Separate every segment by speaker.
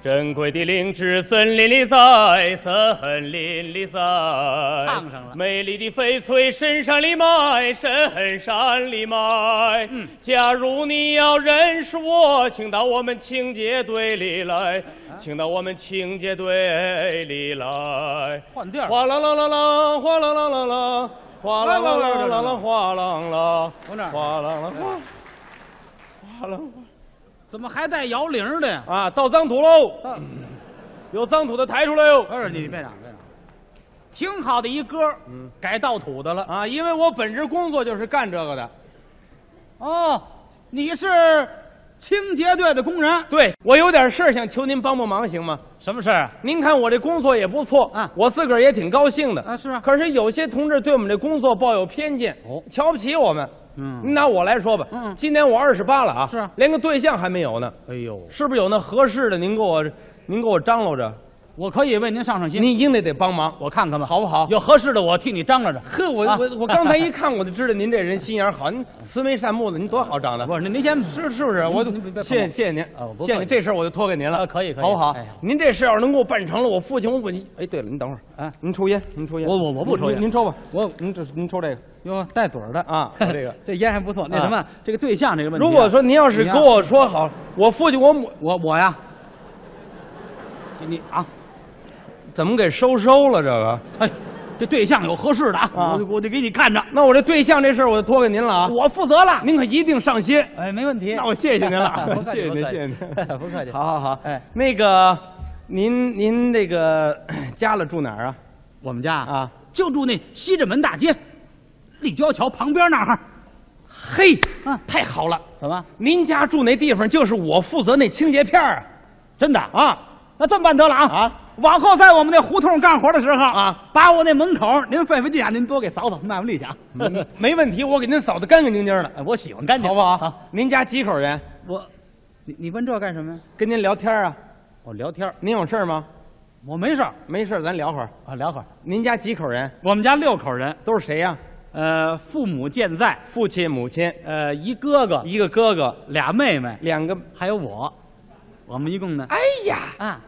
Speaker 1: 珍贵的灵芝，森林里栽，森林里栽。
Speaker 2: 唱上了
Speaker 1: 美丽的翡翠，深山里埋，深山里埋。嗯，假如你要认识我，请到我们清洁队里来，
Speaker 2: 啊
Speaker 1: 请到我们清洁队里来。
Speaker 2: 换调儿
Speaker 1: 哗啦啦啦啦，哗啦啦啦啦，哗啦啦啦啦啦，哗啦啦，
Speaker 2: 往哪儿啊
Speaker 1: 哗啦啦，哗，哗啦啦。
Speaker 2: 怎么还带摇铃的呀？
Speaker 1: 啊，倒脏土喽！有脏土的抬出来哟！
Speaker 2: 不是你别嚷别嚷，挺好的一歌，嗯，改倒土的了。
Speaker 1: 啊，因为我本职工作就是干这个的。
Speaker 2: 哦，你是清洁队的工人，
Speaker 1: 对，我有点事儿想求您帮帮忙，行吗？
Speaker 2: 什么事儿？
Speaker 1: 您看我这工作也不错，
Speaker 2: 啊
Speaker 1: 我自个儿也挺高兴的
Speaker 2: 啊是啊
Speaker 1: 可是有些同志对我们这工作抱有偏见，
Speaker 2: 哦
Speaker 1: 瞧不起我们。您
Speaker 2: 嗯，
Speaker 1: 拿我来说吧，
Speaker 2: 嗯
Speaker 1: 今年我二十八了啊，
Speaker 2: 是啊
Speaker 1: 连个对象还没有呢，
Speaker 2: 哎呦，
Speaker 1: 是不是有那合适的？您给我，您给我张罗着，
Speaker 2: 我可以为您上上心，
Speaker 1: 您应得得帮忙，
Speaker 2: 我看看吧，
Speaker 1: 好不好？
Speaker 2: 有合适的我替你张罗着。
Speaker 1: 呵，我
Speaker 2: 啊
Speaker 1: 我我刚才一看我就知道您这人心眼儿好，您慈眉善目的，您多好长得。
Speaker 2: 不是您您先
Speaker 1: 是是不是？我
Speaker 2: 您别别
Speaker 1: 谢谢
Speaker 2: 别
Speaker 1: 谢谢您
Speaker 2: 啊我，不
Speaker 1: 谢谢
Speaker 2: 客
Speaker 1: 您，
Speaker 2: 气
Speaker 1: 这事儿我就托给您了，
Speaker 2: 啊可以可以
Speaker 1: 好不好
Speaker 2: 哎好？
Speaker 1: 您这事要是能给我办成了，我父亲我问您。哎，对了，您等会儿
Speaker 2: 啊
Speaker 1: 您抽烟，您抽烟，
Speaker 2: 我我我不
Speaker 1: 您
Speaker 2: 抽烟
Speaker 1: 您抽吧，
Speaker 2: 我
Speaker 1: 您这您抽这个。
Speaker 2: 哟带嘴儿的
Speaker 1: 啊我 这个
Speaker 2: 这烟还不错。那什么，这个对象这个问题啊，
Speaker 1: 如果说您要是
Speaker 2: 你
Speaker 1: 跟
Speaker 2: 呀
Speaker 1: 我说好，我父亲我母
Speaker 2: 我我呀，你你啊，
Speaker 1: 怎么给收收了这个？
Speaker 2: 哎，这对象有合适的啊，
Speaker 1: 啊
Speaker 2: 我就我就给你看着，
Speaker 1: 那我这对象这事儿我就托给您了啊，
Speaker 2: 我负责了。
Speaker 1: 您可一定上心。
Speaker 2: 哎，没问题。
Speaker 1: 那我谢谢您了
Speaker 2: 不，客气
Speaker 1: 谢谢您，
Speaker 2: 不客
Speaker 1: 谢
Speaker 2: 气
Speaker 1: 谢您，
Speaker 2: 不客气
Speaker 1: 好好好，
Speaker 2: 哎
Speaker 1: 那个，您您这个家了住哪儿啊？
Speaker 2: 我们家
Speaker 1: 啊，
Speaker 2: 就住那西直门大街，立交桥旁边那儿。嘿，啊，
Speaker 1: 太好了，
Speaker 2: 怎么？
Speaker 1: 您家住那地方就是我负责那清洁片儿
Speaker 2: 真的啊？
Speaker 1: 啊
Speaker 2: 那这么办得了啊？
Speaker 1: 啊！
Speaker 2: 往后在我们那胡同干活的时候
Speaker 1: 啊，
Speaker 2: 把我那门口您费费劲啊，您多给扫扫，卖卖力气啊。
Speaker 1: 没没问题，我给您扫得干干净净的，
Speaker 2: 哎我喜欢干净，
Speaker 1: 好不好？？您家几口人？
Speaker 2: 我，你你问这干什么呀？
Speaker 1: 跟您聊天啊？
Speaker 2: 我聊天儿，
Speaker 1: 您有事儿吗？
Speaker 2: 我没事儿
Speaker 1: 没事儿，咱聊会儿。
Speaker 2: 啊，聊会儿。
Speaker 1: 您家几口人？
Speaker 2: 我们家六口人，
Speaker 1: 都是谁呀、
Speaker 2: 呃，父母健在，
Speaker 1: 父亲、母亲，
Speaker 2: 呃，一哥哥，
Speaker 1: 一个哥哥，
Speaker 2: 俩妹妹，
Speaker 1: 两个。
Speaker 2: 还有我，我们一共呢
Speaker 1: 哎呀，
Speaker 2: 啊，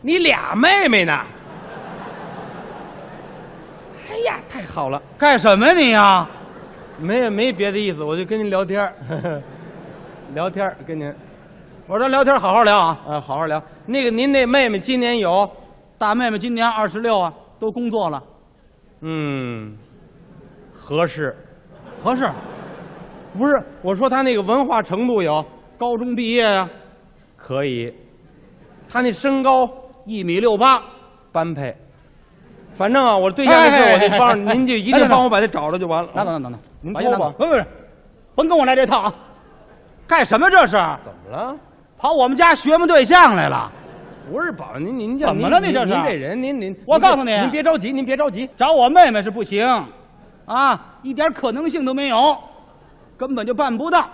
Speaker 1: 你俩妹妹呢？哎呀，太好了，
Speaker 2: 干什么呀你呀、
Speaker 1: 没没别的意思，我就跟您聊天 儿聊天儿跟您。
Speaker 2: 我说咱聊天好好聊啊。
Speaker 1: 啊，好好聊。那个，您那妹妹今年有，
Speaker 2: 大妹妹今年二十六啊，都工作了，
Speaker 1: 嗯，合适。
Speaker 2: 合适，
Speaker 1: 不是，我说她那个文化程度有，
Speaker 2: 高中毕业啊呀、
Speaker 1: 可以。她那身高
Speaker 2: 一米六八，
Speaker 1: 般配。反正啊，我对象的事
Speaker 2: 哎
Speaker 1: 我就帮着，
Speaker 2: 哎哎
Speaker 1: 您就一
Speaker 2: 哎
Speaker 1: 定
Speaker 2: 哎
Speaker 1: 帮我把她找着就完了。
Speaker 2: 等等等等，
Speaker 1: 您
Speaker 2: 把烟
Speaker 1: 抽吧
Speaker 2: 拿走哎不是不是，甭跟我来这套啊！干什么这是？
Speaker 1: 怎么了？
Speaker 2: 跑我们家学摸对象来了？
Speaker 1: 不是宝，您您这
Speaker 2: 怎么了
Speaker 1: 您
Speaker 2: 你这是
Speaker 1: 您这人，您您，
Speaker 2: 我
Speaker 1: 您别
Speaker 2: 告诉你
Speaker 1: 您别着急，您别着急。
Speaker 2: 找我妹妹是不行，啊，一点可能性都没有，根本就办不到。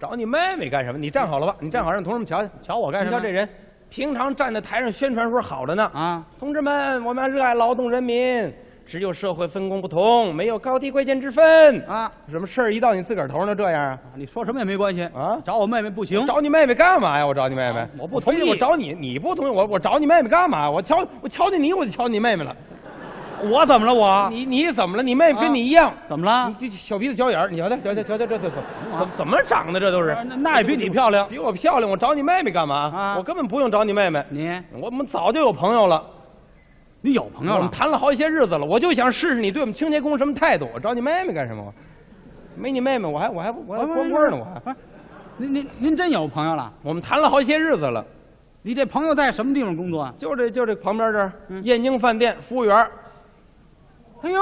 Speaker 1: 找你妹妹干什么？你站好了吧，你站好，让同志们瞧瞧。
Speaker 2: 瞧我干
Speaker 1: 你
Speaker 2: 什
Speaker 1: 瞧
Speaker 2: 么？
Speaker 1: 这人，平常站在台上宣传时候好着呢，
Speaker 2: 嗯啊，
Speaker 1: 同志们，我们热爱劳动人民，只有社会分工不同，没有高低贵贱之分啊！
Speaker 2: 啊，
Speaker 1: 什么事儿一到你自个儿头上就这样啊？
Speaker 2: 你说什么也没关系
Speaker 1: 啊
Speaker 2: 找我妹妹不行，
Speaker 1: 找你妹妹干嘛呀？我找你妹妹，
Speaker 2: 啊我不
Speaker 1: 同
Speaker 2: 同意
Speaker 1: 我找你，你不同意，我我找你妹妹干嘛？我瞧我瞧见你，我就瞧你妹妹了。
Speaker 2: 我怎么了我？
Speaker 1: 你你怎么了？你妹妹跟你一样，
Speaker 2: 怎么了
Speaker 1: 你？这小鼻子小眼儿，你瞧瞧瞧瞧瞧瞧这这怎么怎么长的？这都是
Speaker 2: 啊那那也比你漂亮
Speaker 1: 比我漂亮。我找你妹妹干嘛？
Speaker 2: 啊
Speaker 1: 我根本不用找你妹妹，
Speaker 2: 你
Speaker 1: 我们早就有朋友了。
Speaker 2: 你有朋
Speaker 1: 我
Speaker 2: 友
Speaker 1: 们
Speaker 2: 了？
Speaker 1: 谈了好些日子了，我就想试试你对我们清洁工什么态度。我找你妹妹干什么？没你妹妹，我还我还我还光棍呢，我还。
Speaker 2: 不是啊您您您真有朋友了？
Speaker 1: 我们谈了好些日子了，
Speaker 2: 你这朋友在什么地方工作啊？
Speaker 1: 就这就这旁边这儿，
Speaker 2: 嗯
Speaker 1: 燕京饭店服务员，
Speaker 2: 哎呦，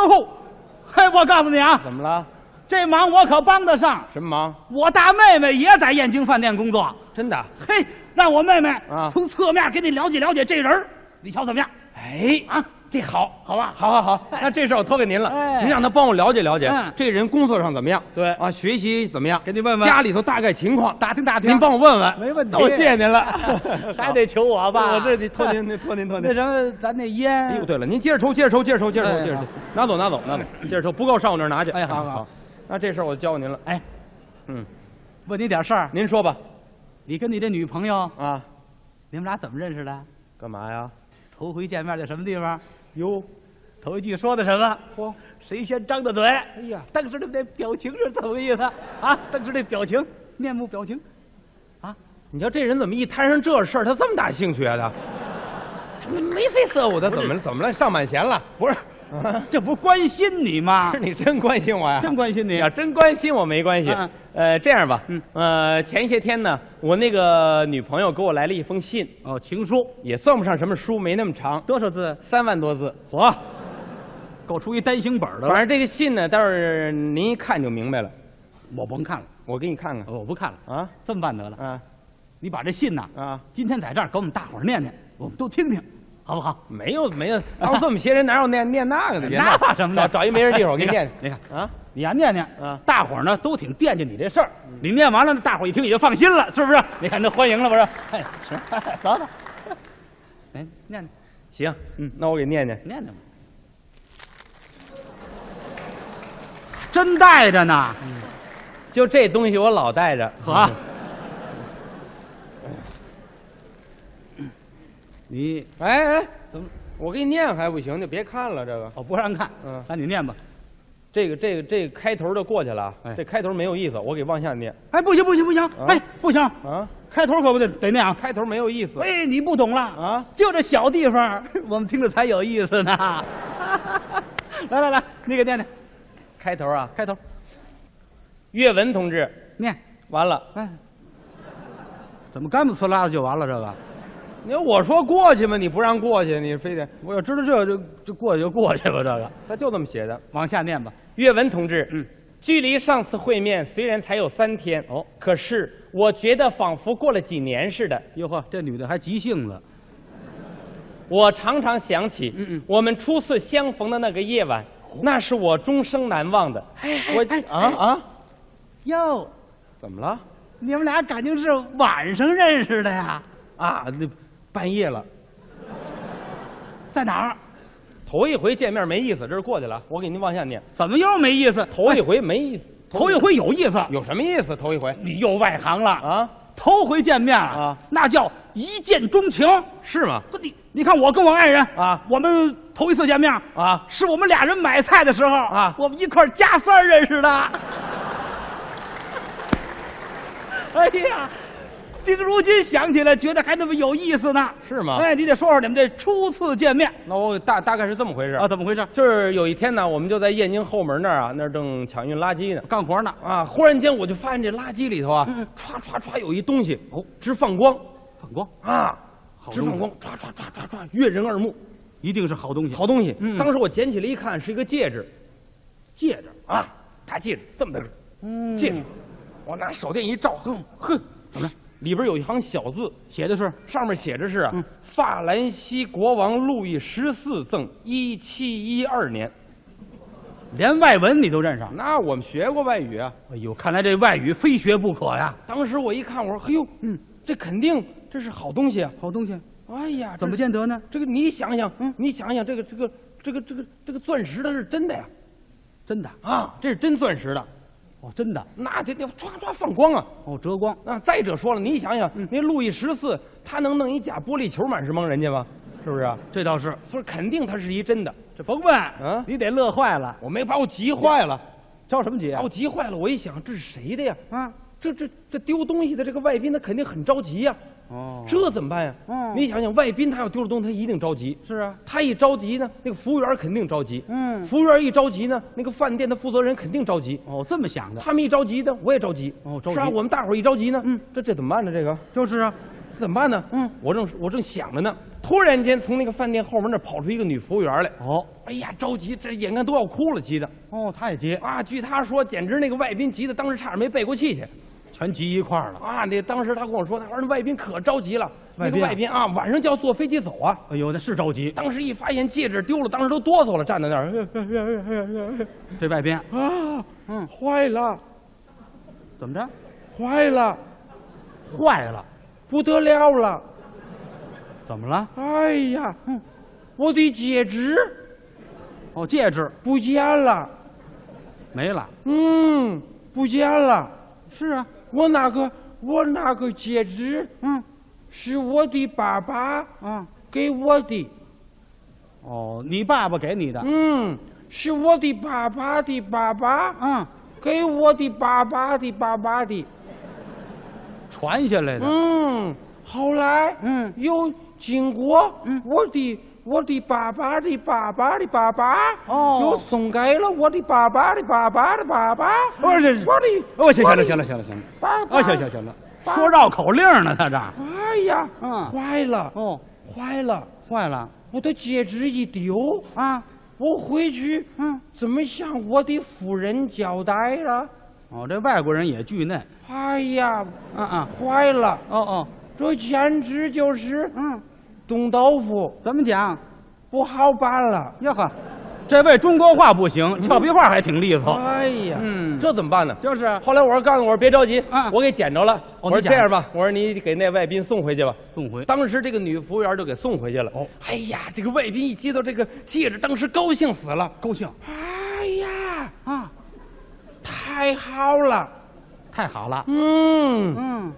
Speaker 2: 嘿，我告诉你啊，
Speaker 1: 怎么了？
Speaker 2: 这忙我可帮得上。
Speaker 1: 什么忙？
Speaker 2: 我大妹妹也在燕京饭店工作，
Speaker 1: 真的？
Speaker 2: 嘿，让我妹妹
Speaker 1: 啊
Speaker 2: 从侧面给你了解了解这人儿你瞧怎么样？
Speaker 1: 哎，
Speaker 2: 啊，这好，好吧？
Speaker 1: 好好好，那这事儿我托给您了，
Speaker 2: 哎
Speaker 1: 您让他帮我了解了解，
Speaker 2: 嗯
Speaker 1: 这人工作上怎么样？
Speaker 2: 对
Speaker 1: 啊，学习怎么样？
Speaker 2: 给你问问
Speaker 1: 家里头大概情况，
Speaker 2: 打听打听，
Speaker 1: 您帮我问问。
Speaker 2: 没问题，
Speaker 1: 那我谢谢您了
Speaker 2: 还得求我吧？
Speaker 1: 我这得托您，您托您托您
Speaker 2: 那。什么，咱那
Speaker 1: 哎呦，
Speaker 2: 烟，
Speaker 1: 对了，您接着抽，接着抽，接着抽，接着抽，
Speaker 2: 哎
Speaker 1: 接着抽
Speaker 2: 好，
Speaker 1: 拿走，拿走，拿走，接着抽，不够上我那儿拿去。
Speaker 2: 哎好好
Speaker 1: 好，那这事儿我就交给您了。
Speaker 2: 哎，
Speaker 1: 嗯，
Speaker 2: 问你点事儿，
Speaker 1: 您说吧。
Speaker 2: 你跟你这女朋友
Speaker 1: 啊，
Speaker 2: 你你们俩怎么认识的？
Speaker 1: 干嘛呀？
Speaker 2: 头回见面在什么地方？
Speaker 1: 哟，
Speaker 2: 头一句说的什么？
Speaker 1: 嚯，
Speaker 2: 谁先张的嘴？哎呀，当时的那表情是怎么意思啊？当时那表情，面目 表情，
Speaker 1: 你瞧这人怎么一摊上这事儿，他这么大兴趣啊？他，你眉飞色舞的，怎么了？怎么了？上满弦了？
Speaker 2: 不是，这不是关心你吗
Speaker 1: 是？你真关心我呀？
Speaker 2: 啊真关心
Speaker 1: 你
Speaker 2: 你啊
Speaker 1: 要真关心我没关系
Speaker 2: 嗯，
Speaker 1: 呃，这样吧
Speaker 2: 嗯，
Speaker 1: 呃，前些天呢，我那个女朋友给我来了一封信，
Speaker 2: 哦，情书
Speaker 1: 也算不上什么书，没那么长，
Speaker 2: 多少字？
Speaker 1: 三万多字。
Speaker 2: 嚯，够出一单行本的
Speaker 1: 反
Speaker 2: 了。
Speaker 1: 正这个信呢，待会儿您一看就明白了。
Speaker 2: 我甭看了，
Speaker 1: 我给你看看
Speaker 2: 我不看了。
Speaker 1: 啊
Speaker 2: 这么办得了，
Speaker 1: 啊
Speaker 2: 你把这信呐，
Speaker 1: 啊！
Speaker 2: 今天在这儿给我们大伙儿念念，我们都听听，好不好？
Speaker 1: 没有没有，当这么些人哪有念念那个的？别闹
Speaker 2: 那怕什么呢。
Speaker 1: 找找一没人地方，我给你念
Speaker 2: 你看，
Speaker 1: 啊，
Speaker 2: 你呀念念，
Speaker 1: 啊
Speaker 2: 大伙儿呢都挺惦记你这事儿。
Speaker 1: 嗯
Speaker 2: 你念完了，大伙儿一听也就放心了，是不是？你看那欢迎了，不是？哎，是，老早，哎，念念
Speaker 1: 行，
Speaker 2: 嗯
Speaker 1: 那我给念念。
Speaker 2: 念念吧。真带着呢，
Speaker 1: 嗯就这东西我老带着，
Speaker 2: 呵、
Speaker 1: 啊，嗯
Speaker 2: 你
Speaker 1: 哎哎，
Speaker 2: 怎么
Speaker 1: 我给你念还不行，就别看了这个。
Speaker 2: 我不让看？
Speaker 1: 嗯
Speaker 2: 那你念吧。
Speaker 1: 这个这个这个、开头就过去了啊
Speaker 2: 哎，
Speaker 1: 这开头没有意思，我给往下念
Speaker 2: 哎，不行不行不行，
Speaker 1: 嗯
Speaker 2: 哎，不行，
Speaker 1: 啊，
Speaker 2: 开头可不得得念啊。
Speaker 1: 开头没有意思
Speaker 2: 哎，你不懂了啊。
Speaker 1: 啊，
Speaker 2: 就这小地方， 我们听着才有意思呢。 来来来，你给念念，
Speaker 1: 开头啊，
Speaker 2: 开头
Speaker 1: 岳文同志，
Speaker 2: 念。
Speaker 1: 完了，
Speaker 2: 哎，怎么干不呲啦的就完了？这个
Speaker 1: 你说我说过去嘛，你不让过去，你非得
Speaker 2: 我要知道这就就过去就过去吧。这个
Speaker 1: 他就这么写的。
Speaker 2: 往下念吧。
Speaker 1: 岳文同志，
Speaker 2: 嗯，
Speaker 1: 距离上次会面虽然才有三天，哦，可是我觉得仿佛过了几年似的。
Speaker 2: 哟呵，这女的还急性子。
Speaker 1: 我常常想起，
Speaker 2: 嗯嗯
Speaker 1: 我们初次相逢的那个夜晚，那是我终生难忘的。我啊啊，
Speaker 2: 哟，
Speaker 1: 怎么了？
Speaker 2: 你们俩感情是晚上认识的呀？
Speaker 1: 啊，那半夜了，
Speaker 2: 在哪儿？
Speaker 1: 头一回见面没意思，这是过去了。我给您往下念，
Speaker 2: 怎么又没意思？
Speaker 1: 头一回没意思，
Speaker 2: 头一回有意思，
Speaker 1: 哎有什么意思？头一回
Speaker 2: 你又外行了。
Speaker 1: 啊，
Speaker 2: 头回见面
Speaker 1: 啊，
Speaker 2: 那叫一见钟情。
Speaker 1: 是吗？
Speaker 2: 不你你看，我跟我爱人
Speaker 1: 啊
Speaker 2: 我们头一次见面，
Speaker 1: 啊，
Speaker 2: 是我们俩人买菜的时候
Speaker 1: 啊
Speaker 2: 我们一块儿加三儿认识 的。哎呀，今如今想起来，觉得还那么有意思呢。
Speaker 1: 是吗
Speaker 2: 哎，你得说说你们这初次见面
Speaker 1: 那我大大概是这么回事
Speaker 2: 啊，怎么回事？
Speaker 1: 就是有一天呢，我们就在燕京后门那儿啊，那儿正抢运垃圾呢。
Speaker 2: 干活呢？
Speaker 1: 啊！忽然间我就发现这垃圾里头啊，歘歘歘有一东西，哦，直放光
Speaker 2: 反光，
Speaker 1: 啊，
Speaker 2: 好
Speaker 1: 直
Speaker 2: 东
Speaker 1: 放
Speaker 2: 西
Speaker 1: 光，歘歘歘歘歘，悦人耳目，
Speaker 2: 一定是好东西。
Speaker 1: 好东西。
Speaker 2: 嗯
Speaker 1: 当时我捡起来一看，是一个戒指
Speaker 2: 戒指，
Speaker 1: 啊，大戒指，这么大个
Speaker 2: 嗯
Speaker 1: 戒指，我拿手电一照，哼哼，
Speaker 2: 怎么了？
Speaker 1: 里边有一行小字，
Speaker 2: 写的是
Speaker 1: 上面写着是啊
Speaker 2: 嗯
Speaker 1: 法兰西国王路易十四赠，一七一二年。
Speaker 2: 连外文你都认识？
Speaker 1: 那我们学过外语啊。
Speaker 2: 哎呦，看来这外语非学不可呀。
Speaker 1: 当时我一看，我说：“嘿呦，
Speaker 2: 嗯，
Speaker 1: 这肯定这是好东西啊！
Speaker 2: 好东西
Speaker 1: 哎呀，
Speaker 2: 怎么
Speaker 1: 这
Speaker 2: 见得呢？
Speaker 1: 这个你想想，
Speaker 2: 嗯
Speaker 1: 你想想这个这个这个这个这个钻石它是真的呀，
Speaker 2: 真的
Speaker 1: 啊，这是真钻石的，
Speaker 2: 哦，真的
Speaker 1: 那得得唰唰放光啊！
Speaker 2: 哦，折光。
Speaker 1: 啊，再者说了，你想想，
Speaker 2: 嗯
Speaker 1: 那路易十四他能弄一假玻璃球满是蒙人家吗？是不是啊？
Speaker 2: 这倒是，啊
Speaker 1: 所以肯定它是一真的。
Speaker 2: 这甭问，
Speaker 1: 嗯
Speaker 2: 你得乐坏了，
Speaker 1: 我没把我急坏了，
Speaker 2: 着什么急
Speaker 1: 把我急坏了。我一想，这是谁的呀？
Speaker 2: 啊，
Speaker 1: 这这这丢东西的这个外宾，他肯定很着急呀、
Speaker 2: 哦
Speaker 1: 这怎么办呀？
Speaker 2: 嗯
Speaker 1: 你想想，外宾他要丢了东西，他一定着急。
Speaker 2: 是啊，
Speaker 1: 他一着急呢，那个服务员肯定着急。
Speaker 2: 嗯
Speaker 1: 服务员一着急呢，那个饭店的负责人肯定着急。
Speaker 2: 哦，这么想的，
Speaker 1: 他们一着急呢，我也着急。
Speaker 2: 哦着急
Speaker 1: 是啊，我们大伙儿一着急呢，
Speaker 2: 嗯，
Speaker 1: 这这怎么办呢？这个
Speaker 2: 就是啊，
Speaker 1: 这怎么办呢？
Speaker 2: 嗯，
Speaker 1: 我正我正想着呢，突然间从那个饭店后门那儿跑出一个女服务员来。
Speaker 2: 哦
Speaker 1: 哎呀，着急，这眼看都要哭了，急的
Speaker 2: 哦，他也急，
Speaker 1: 啊！据他说，简直那个外宾急的，当时差点没背过气去。
Speaker 2: 全急一块儿了。
Speaker 1: 啊，那当时他跟我说，他说那外宾可着急了，那
Speaker 2: 外
Speaker 1: 个
Speaker 2: 宾啊
Speaker 1: 外宾啊，晚上就要坐飞机走啊。
Speaker 2: 哎呦，那是着急，
Speaker 1: 当时一发现戒指丢了，当时都哆嗦了，站在那儿，
Speaker 2: 这外边
Speaker 1: 啊，
Speaker 2: 嗯
Speaker 1: 坏了，
Speaker 2: 怎么着？
Speaker 1: 坏了，
Speaker 2: 坏了，
Speaker 1: 不得了了，
Speaker 2: 怎么了？
Speaker 1: 哎呀，
Speaker 2: 嗯
Speaker 1: 我的戒指
Speaker 2: 哦，戒指
Speaker 1: 不见了，
Speaker 2: 没了。
Speaker 1: 嗯，不见了，
Speaker 2: 是啊，
Speaker 1: 我那个我那个戒指
Speaker 2: 嗯，
Speaker 3: 是我的爸爸
Speaker 2: 啊，
Speaker 3: 给我的，
Speaker 2: 哦，你爸爸给你的，
Speaker 3: 嗯，是我的爸爸的爸爸
Speaker 2: 嗯，
Speaker 3: 给我的爸爸的爸爸的，
Speaker 2: 传下来的，
Speaker 3: 嗯，后来
Speaker 2: 嗯
Speaker 3: 又经过
Speaker 2: 嗯
Speaker 3: 我的我的爸爸的爸爸的爸爸，
Speaker 2: 哦
Speaker 3: 又送给了我的爸爸的爸爸的爸爸，
Speaker 2: 不是
Speaker 3: 我的，
Speaker 2: 哦，行行
Speaker 3: 我
Speaker 2: 了，
Speaker 3: 的
Speaker 2: 行了，行了，行了，
Speaker 3: 爸爸，
Speaker 2: 哦，行行行了，说绕口令呢，他这儿，
Speaker 3: 哎呀，
Speaker 2: 嗯
Speaker 3: 坏了，
Speaker 2: 哦，
Speaker 3: 坏了，
Speaker 2: 坏了
Speaker 3: 我的戒指一丢，
Speaker 2: 啊，
Speaker 3: 我回去
Speaker 2: 嗯，
Speaker 3: 怎么向我的夫人交代了？
Speaker 2: 哦，这外国人也巨嫩，
Speaker 3: 哎呀，
Speaker 2: 啊啊，
Speaker 3: 坏了，
Speaker 2: 哦哦，
Speaker 3: 这简直就是
Speaker 2: 嗯，
Speaker 3: 冻豆腐，
Speaker 2: 怎么讲？
Speaker 3: 不好办了。
Speaker 2: 哟呵，这位中国话不行，俏皮话还挺利索，
Speaker 3: 哎呀，
Speaker 2: 嗯，
Speaker 1: 这怎么办呢？
Speaker 2: 就是
Speaker 1: 后来我说告诉我说别着急，
Speaker 2: 啊
Speaker 1: 我给捡着了。
Speaker 2: 哦
Speaker 1: 我说
Speaker 2: 你捡
Speaker 1: 这样吧，我说你给那外宾送回去吧。
Speaker 2: 送回，
Speaker 1: 当时这个女服务员就给送回去了。
Speaker 2: 哦
Speaker 1: 哎呀，这个外宾一接到这个戒指，当时高兴死了。
Speaker 2: 高兴
Speaker 3: 哎呀，
Speaker 2: 啊，
Speaker 3: 太好了，
Speaker 2: 太好了，
Speaker 3: 嗯，
Speaker 2: 嗯，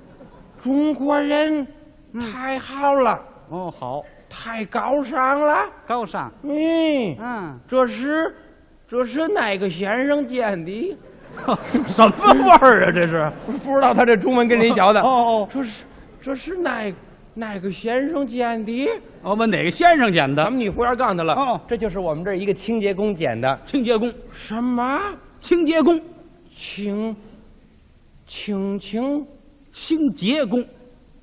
Speaker 3: 中国人太好了，
Speaker 2: 哦，好，
Speaker 3: 太高尚了。
Speaker 2: 高尚，
Speaker 3: 嗯，
Speaker 2: 嗯，
Speaker 3: 这是，这是哪个先生捡的？
Speaker 2: 什么味儿啊？这是
Speaker 1: 不知道他这中文跟谁学的。
Speaker 2: 哦哦，
Speaker 3: 这是，这是哪哪个先生捡的？
Speaker 2: 哦我问哪个先生捡
Speaker 1: 咱
Speaker 2: 的？
Speaker 1: 们女服务员告诉他了，
Speaker 2: 哦
Speaker 1: 这就是我们这儿一个清洁工捡的。
Speaker 2: 清洁工，
Speaker 3: 什么？
Speaker 2: 清洁工，
Speaker 3: 清，清清
Speaker 2: 清洁工，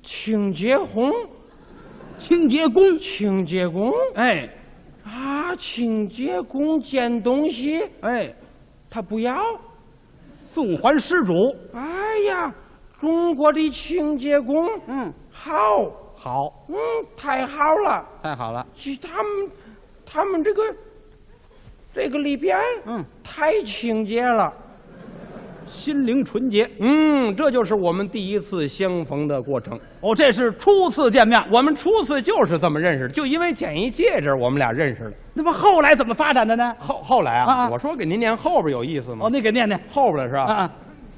Speaker 3: 清洁工，
Speaker 2: 清洁工，
Speaker 3: 清洁工
Speaker 2: 哎
Speaker 3: 啊，清洁工捡东西，
Speaker 2: 哎，
Speaker 3: 他不要。
Speaker 2: 送还失主，
Speaker 3: 哎呀，中国的清洁工
Speaker 2: 嗯，
Speaker 3: 好，
Speaker 2: 好，
Speaker 3: 嗯，太好了。
Speaker 2: 太好了，
Speaker 3: 其他们，他们这个，这个里边
Speaker 2: 嗯，
Speaker 3: 太清洁了。
Speaker 2: 心灵纯洁。
Speaker 1: 嗯，这就是我们第一次相逢的过程。
Speaker 2: 哦，这是初次见面，
Speaker 1: 我们初次就是这么认识的，就因为捡一戒指，我们俩认识了。
Speaker 2: 那么后来怎么发展的呢？
Speaker 1: 后后来啊，
Speaker 2: 啊啊
Speaker 1: 我说给您念后边有意思吗？
Speaker 2: 哦，你给念念
Speaker 1: 后边的是吧？
Speaker 2: 啊啊，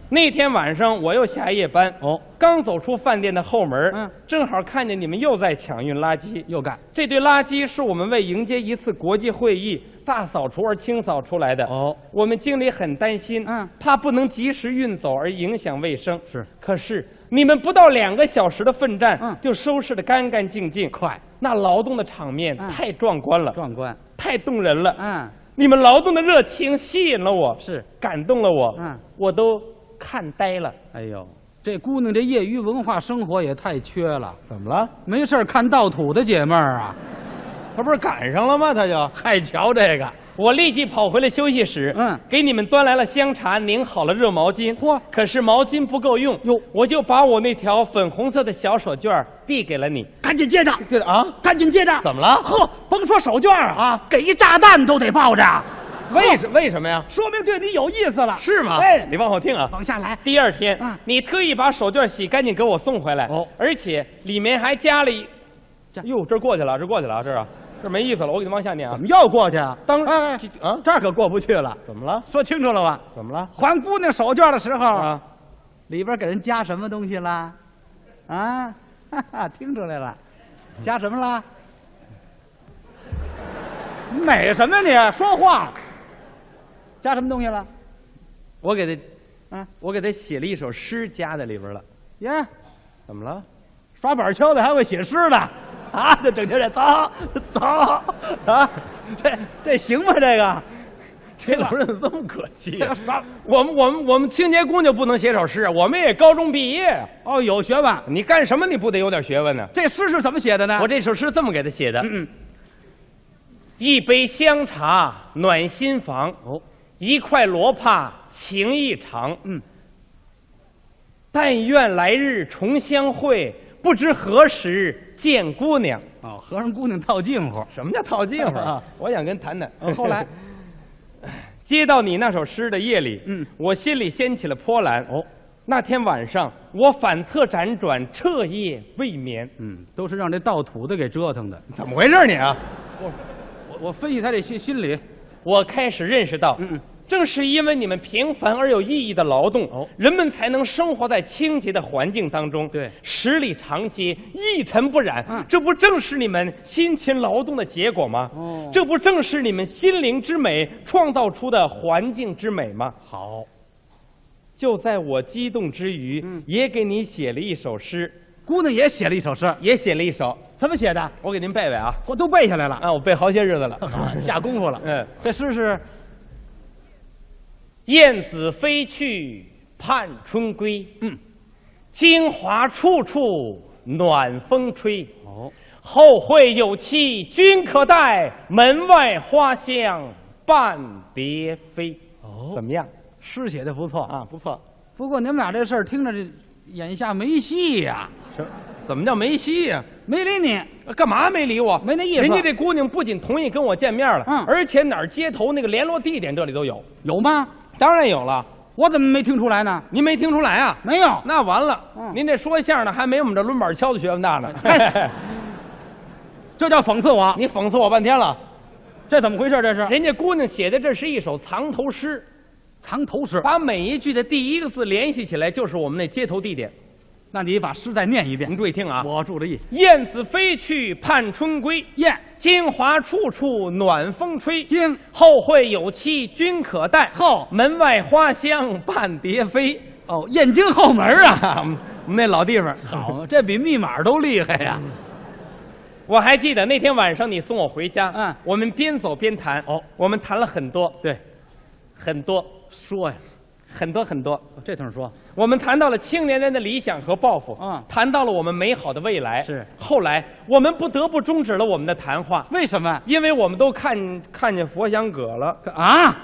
Speaker 1: 那天晚上我又下夜班，
Speaker 2: 哦，
Speaker 1: 刚走出饭店的后门，
Speaker 2: 嗯，
Speaker 1: 正好看见你们又在抢运垃圾。
Speaker 2: 又干
Speaker 1: 这堆垃圾是我们为迎接一次国际会议大扫除而清扫出来的。
Speaker 2: 哦，
Speaker 1: 我们经理很担心，
Speaker 2: 嗯，
Speaker 1: 怕不能及时运走而影响卫生。
Speaker 2: 是，
Speaker 1: 可是你们不到两个小时的奋战，
Speaker 2: 嗯
Speaker 1: 就收拾得干干净净，
Speaker 2: 快，
Speaker 1: 那劳动的场面
Speaker 2: 嗯
Speaker 1: 太壮观了，
Speaker 2: 壮观，
Speaker 1: 太动人了。
Speaker 2: 嗯，
Speaker 1: 你们劳动的热情吸引了我，
Speaker 2: 是，
Speaker 1: 感动了我，
Speaker 2: 嗯，
Speaker 1: 我都看呆了。
Speaker 2: 哎呦，这姑娘这业余文化生活也太缺了，
Speaker 1: 怎么了？
Speaker 2: 没事儿看盗土的姐妹儿啊，
Speaker 1: 他不是赶上了吗？他 就，
Speaker 2: 嗨，瞧这个，
Speaker 1: 我立即跑回了休息室，
Speaker 2: 嗯
Speaker 1: 给你们端来了香茶，拧好了热毛巾。
Speaker 2: 嚯
Speaker 1: 可是毛巾不够用，
Speaker 2: 哟
Speaker 1: 我就把我那条粉红色的小手绢儿递给了你。
Speaker 2: 赶紧接着，
Speaker 1: 对啊，
Speaker 2: 赶紧接着，
Speaker 1: 怎么了？
Speaker 2: 呵，甭说手绢儿啊，给一炸弹都得抱着，
Speaker 1: 为什为什么呀？
Speaker 2: 说明对你有意思了。
Speaker 1: 是吗？嗯
Speaker 2: 哎
Speaker 1: 你往后听啊。
Speaker 2: 往下来，
Speaker 1: 第二天
Speaker 2: 啊，
Speaker 1: 你特意把手绢洗干净给我送回来，
Speaker 2: 哦
Speaker 1: 而且里面还加了一
Speaker 2: 加，
Speaker 1: 哟，这过去了，这过去了啊，这啊，这没意思了，我给你往下念啊
Speaker 2: 怎。么又过去啊？
Speaker 1: 当
Speaker 2: 哎哎
Speaker 1: 这啊，
Speaker 2: 这儿可过不去了，
Speaker 1: 怎么了？
Speaker 2: 说清楚了吧？
Speaker 1: 怎么了？
Speaker 2: 还姑娘手绢的时候，
Speaker 1: 啊，
Speaker 2: 里边给人加什么东西啦？啊， 哈哈，听出来了，加什么啦？你美什么呀你？说话，加什么东西了？
Speaker 1: 我给他，
Speaker 2: 嗯
Speaker 1: 我给他写了一首诗，加在里边了。
Speaker 2: 耶，
Speaker 1: 怎么了？
Speaker 2: 刷板锹的还会写诗呢，啊，这整天这糟糟啊，这这行吗？这个，
Speaker 1: 这
Speaker 2: 这
Speaker 1: 老
Speaker 2: 老
Speaker 1: 人
Speaker 2: 人
Speaker 1: 怎么这么可气呀、
Speaker 2: 这刷
Speaker 1: 我们我们我们清洁工就不能写首诗啊？我们也高中毕业，
Speaker 2: 哦，有学问。
Speaker 1: 你干什么你不得有点学问呢？
Speaker 2: 这诗是怎么写的呢？
Speaker 1: 我这首诗这么给他写的：
Speaker 2: 啊嗯嗯
Speaker 1: 一杯香茶暖心房，
Speaker 2: 哦，
Speaker 1: 一块罗帕情意长。
Speaker 2: 嗯，
Speaker 1: 但愿来日重相会，不知何时见姑娘。
Speaker 2: 哦，和尚姑娘套近乎。
Speaker 1: 什么叫套近乎
Speaker 2: 啊？ 哦
Speaker 1: 我想跟谈谈。
Speaker 2: 呃后 来
Speaker 1: 接到你那首诗的夜里，
Speaker 2: 嗯，
Speaker 1: 我心里掀起了波澜。
Speaker 2: 哦，
Speaker 1: 那天晚上我反侧辗转，彻夜未眠。
Speaker 2: 嗯，都是让这盗土的给折腾的。
Speaker 1: 怎么回事你啊？
Speaker 2: 我我分析他这心心理，
Speaker 1: 我开始认识到，
Speaker 2: 嗯嗯
Speaker 1: 正是因为你们平凡而有意义的劳动，
Speaker 2: 哦
Speaker 1: 人们才能生活在清洁的环境当中。
Speaker 2: 对
Speaker 1: 十里长街一尘不染，
Speaker 2: 嗯
Speaker 1: 这不正是你们辛勤劳动的结果吗？
Speaker 2: 哦
Speaker 1: 这不正是你们心灵之美创造出的环境之美吗？
Speaker 2: 好，
Speaker 1: 就在我激动之余，
Speaker 2: 嗯
Speaker 1: 也给你写了一首诗，
Speaker 2: 姑娘也写了一首诗，
Speaker 1: 也写了一首，
Speaker 2: 怎么写的？
Speaker 1: 我给您背背啊。
Speaker 2: 我都背下来了，
Speaker 1: 啊，我背好些日子了。
Speaker 2: 下功夫了。
Speaker 1: 嗯，
Speaker 2: 这诗是
Speaker 1: 燕子飞去盼春归，
Speaker 2: 嗯，
Speaker 1: 京华处处暖风吹。
Speaker 2: 哦，
Speaker 1: 后会有期君可待，门外花香伴蝶飞。
Speaker 2: 哦
Speaker 1: 怎么样
Speaker 2: 诗写的不错啊。
Speaker 1: 啊？不错。
Speaker 2: 不过你们俩这事儿听着这眼下没戏呀、
Speaker 1: 怎么叫没戏呀、
Speaker 2: 没理你。
Speaker 1: 干嘛没理我？
Speaker 2: 没那意思
Speaker 1: 人家这姑娘不仅同意跟我见面了，
Speaker 2: 嗯
Speaker 1: 而且哪儿街头那个联络地点这里都有。
Speaker 2: 有吗？
Speaker 1: 当然有了，
Speaker 2: 我怎么没听出来呢？
Speaker 1: 您没听出来啊？
Speaker 2: 没有。
Speaker 1: 那完了，
Speaker 2: 嗯
Speaker 1: 您这说相声的还没我们这抡板敲的学问大 呢。
Speaker 2: 哎这叫讽刺我，
Speaker 1: 你讽刺我半天了。
Speaker 2: 这怎么回事？这是
Speaker 1: 人家姑娘写的这是一首藏头诗，
Speaker 2: 藏头诗。
Speaker 1: 把每一句的第一个字联系起来，就是我们那街头地点。
Speaker 2: 那你把诗再念一遍
Speaker 1: 您。注意听啊，
Speaker 2: 我注意。
Speaker 1: 燕子飞去盼春归，
Speaker 2: 燕
Speaker 1: 京华处处暖风吹。
Speaker 2: 京
Speaker 1: 后会有期君可待，
Speaker 2: 后
Speaker 1: 门外花香伴蝶飞。
Speaker 2: 哦，燕京后门啊。
Speaker 1: 啊，我们我们那老地方。
Speaker 2: 好，这比密码都厉害呀、
Speaker 1: 嗯我还记得那天晚上你送我回家，
Speaker 2: 嗯
Speaker 1: 我们边走边谈。
Speaker 2: 哦，
Speaker 1: 我们谈了很多，
Speaker 2: 对，
Speaker 1: 很多，
Speaker 2: 说呀，
Speaker 1: 很多很多。
Speaker 2: 这通说
Speaker 1: 我们谈到了青年人的理想和抱负，
Speaker 2: 嗯
Speaker 1: 谈到了我们美好的未来。
Speaker 2: 是
Speaker 1: 后来我们不得不终止了我们的谈话，
Speaker 2: 为什么
Speaker 1: 因为我们都看看见佛香阁了
Speaker 2: 啊？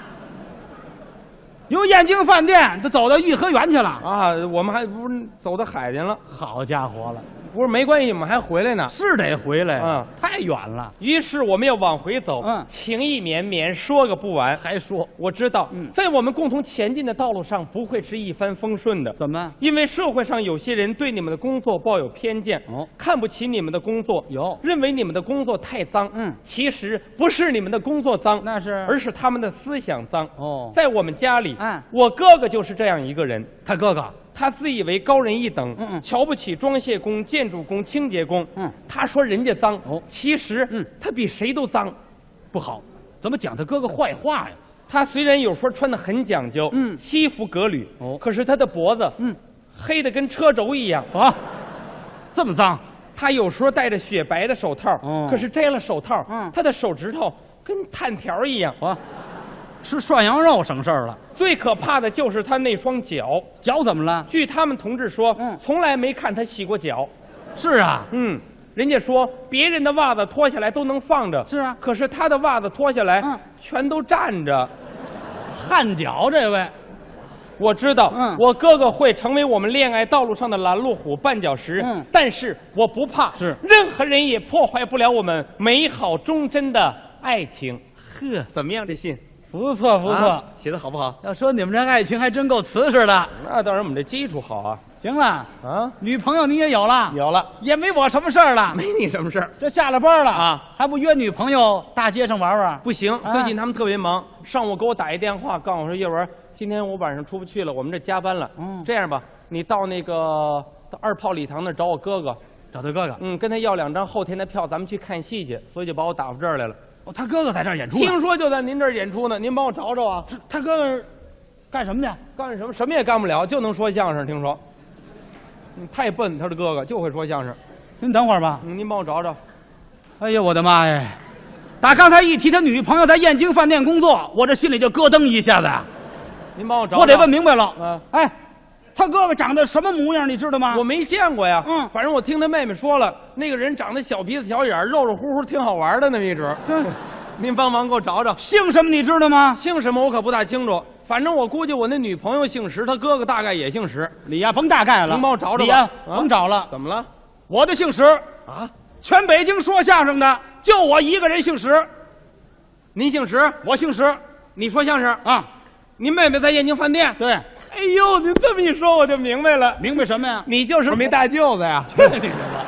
Speaker 2: 由燕京饭店都走到颐和园去了，
Speaker 1: 啊，我们还不是走到海去了，
Speaker 2: 好家伙了，
Speaker 1: 不是没关系，我们还回来呢。
Speaker 2: 是得回来
Speaker 1: 啊，
Speaker 2: 太远了，
Speaker 1: 于是我们要往回走，
Speaker 2: 嗯
Speaker 1: 情意绵绵，说个不完。
Speaker 2: 还说
Speaker 1: 我知道，
Speaker 2: 嗯
Speaker 1: 在我们共同前进的道路上，不会是一帆风顺的。
Speaker 2: 怎么
Speaker 1: 因为社会上有些人对你们的工作抱有偏见，
Speaker 2: 哦
Speaker 1: 看不起你们的工作，
Speaker 2: 有
Speaker 1: 认为你们的工作太脏。
Speaker 2: 嗯
Speaker 1: 其实不是你们的工作脏，
Speaker 2: 那是
Speaker 1: 而是他们的思想脏。
Speaker 2: 哦
Speaker 1: 在我们家里，
Speaker 2: 嗯
Speaker 1: 我哥哥就是这样一个人，
Speaker 2: 他哥哥
Speaker 1: 他自以为高人一等，
Speaker 2: 嗯嗯
Speaker 1: 瞧不起装卸工、建筑工、清洁工。
Speaker 2: 嗯
Speaker 1: 他说人家脏，
Speaker 2: 哦
Speaker 1: 其实
Speaker 2: 嗯
Speaker 1: 他比谁都脏。
Speaker 2: 不好，怎么讲他哥哥坏话呀？
Speaker 1: 他虽然有时候穿的很讲究，
Speaker 2: 嗯
Speaker 1: 西服革履，
Speaker 2: 哦
Speaker 1: 可是他的脖子，
Speaker 2: 嗯，
Speaker 1: 黑的跟车轴一样。
Speaker 2: 啊，这么脏，
Speaker 1: 他有时候戴着雪白的手套，
Speaker 2: 哦
Speaker 1: 可是摘了手套，
Speaker 2: 嗯
Speaker 1: 他的手指头跟炭条一样。
Speaker 2: 啊，吃涮羊肉省事儿了，
Speaker 1: 最可怕的就是他那双脚，
Speaker 2: 脚怎么了？
Speaker 1: 据他们同志说，
Speaker 2: 嗯
Speaker 1: 从来没看他洗过脚。
Speaker 2: 是啊，
Speaker 1: 嗯，人家说别人的袜子脱下来都能放着，
Speaker 2: 是啊
Speaker 1: 可是他的袜子脱下来，
Speaker 2: 嗯
Speaker 1: 全都站着。
Speaker 2: 汗脚这位，
Speaker 1: 我知道，
Speaker 2: 嗯
Speaker 1: 我哥哥会成为我们恋爱道路上的拦路虎、绊脚石，
Speaker 2: 嗯
Speaker 1: 但是我不怕，
Speaker 2: 是
Speaker 1: 任何人也破坏不了我们美好忠贞的爱情。
Speaker 2: 呵，
Speaker 1: 怎么样，这信
Speaker 2: 不错不
Speaker 1: 不
Speaker 2: 错。
Speaker 1: 写的好不好？
Speaker 2: 要说你们这爱情还真够瓷实的。
Speaker 1: 那当然，我们这基础好啊
Speaker 2: 行了，
Speaker 1: 啊，
Speaker 2: 女朋友你也有了，
Speaker 1: 有了，
Speaker 2: 也没我什么事儿了。
Speaker 1: 没你什么事儿。
Speaker 2: 这下了班了
Speaker 1: 啊，
Speaker 2: 还不约女朋友大街上玩玩？
Speaker 1: 不行，
Speaker 2: 啊
Speaker 1: 最近他们特别忙，上午给我打一电话，告诉我说叶文，今天我晚上出不去了，我们这加班了。
Speaker 2: 嗯
Speaker 1: 这样吧，你到那个到二炮礼堂那儿找我哥哥，
Speaker 2: 找他哥哥，
Speaker 1: 嗯，跟他要两张后天的票，咱们去看戏去。所以就把我打发这儿来了。
Speaker 2: 哦，他哥哥在这儿演出呢。
Speaker 1: 听说就在您这儿演出呢，您帮我找找啊！
Speaker 2: 这他哥哥干什么去？
Speaker 1: 干什么什么也干不了，就能说相声。听说，嗯太笨，他的哥哥就会说相声。
Speaker 2: 您等会儿吧。
Speaker 1: 嗯您帮我找找，
Speaker 2: 哎呀，我的妈呀！打刚才一提他女朋友在燕京饭店工作，我这心里就咯噔一下子，
Speaker 1: 您帮我找找。
Speaker 2: 我得问明白了。
Speaker 1: 啊，
Speaker 2: 哎，他哥哥长得什么模样，你知道吗？
Speaker 1: 我没见过呀。
Speaker 2: 啊嗯
Speaker 1: 反正我听他妹妹说了，那个人长得小鼻子小眼儿，肉肉乎乎，挺好玩的那么一折。
Speaker 2: 嗯
Speaker 1: 您帮忙给我找找，
Speaker 2: 姓什么，你知道吗？
Speaker 1: 姓什么我可不大清楚。反正我估计我那女朋友姓石，他哥哥大概也姓石。
Speaker 2: 你呀，甭大概了，
Speaker 1: 您帮我找找吧
Speaker 2: 你呀，
Speaker 1: 啊
Speaker 2: 甭找了，
Speaker 1: 怎么了？
Speaker 2: 我的姓石，
Speaker 1: 啊？
Speaker 2: 全北京说相声的就我一个人姓石，
Speaker 1: 您姓石？
Speaker 2: 我姓石
Speaker 1: 你说相声？
Speaker 2: 啊。
Speaker 1: 您妹妹在燕京饭店？
Speaker 2: 对，
Speaker 1: 哎呦，您这么一说我就明白了，
Speaker 2: 明白什么呀？
Speaker 1: 你就是没大舅子呀。
Speaker 2: 去你的吧！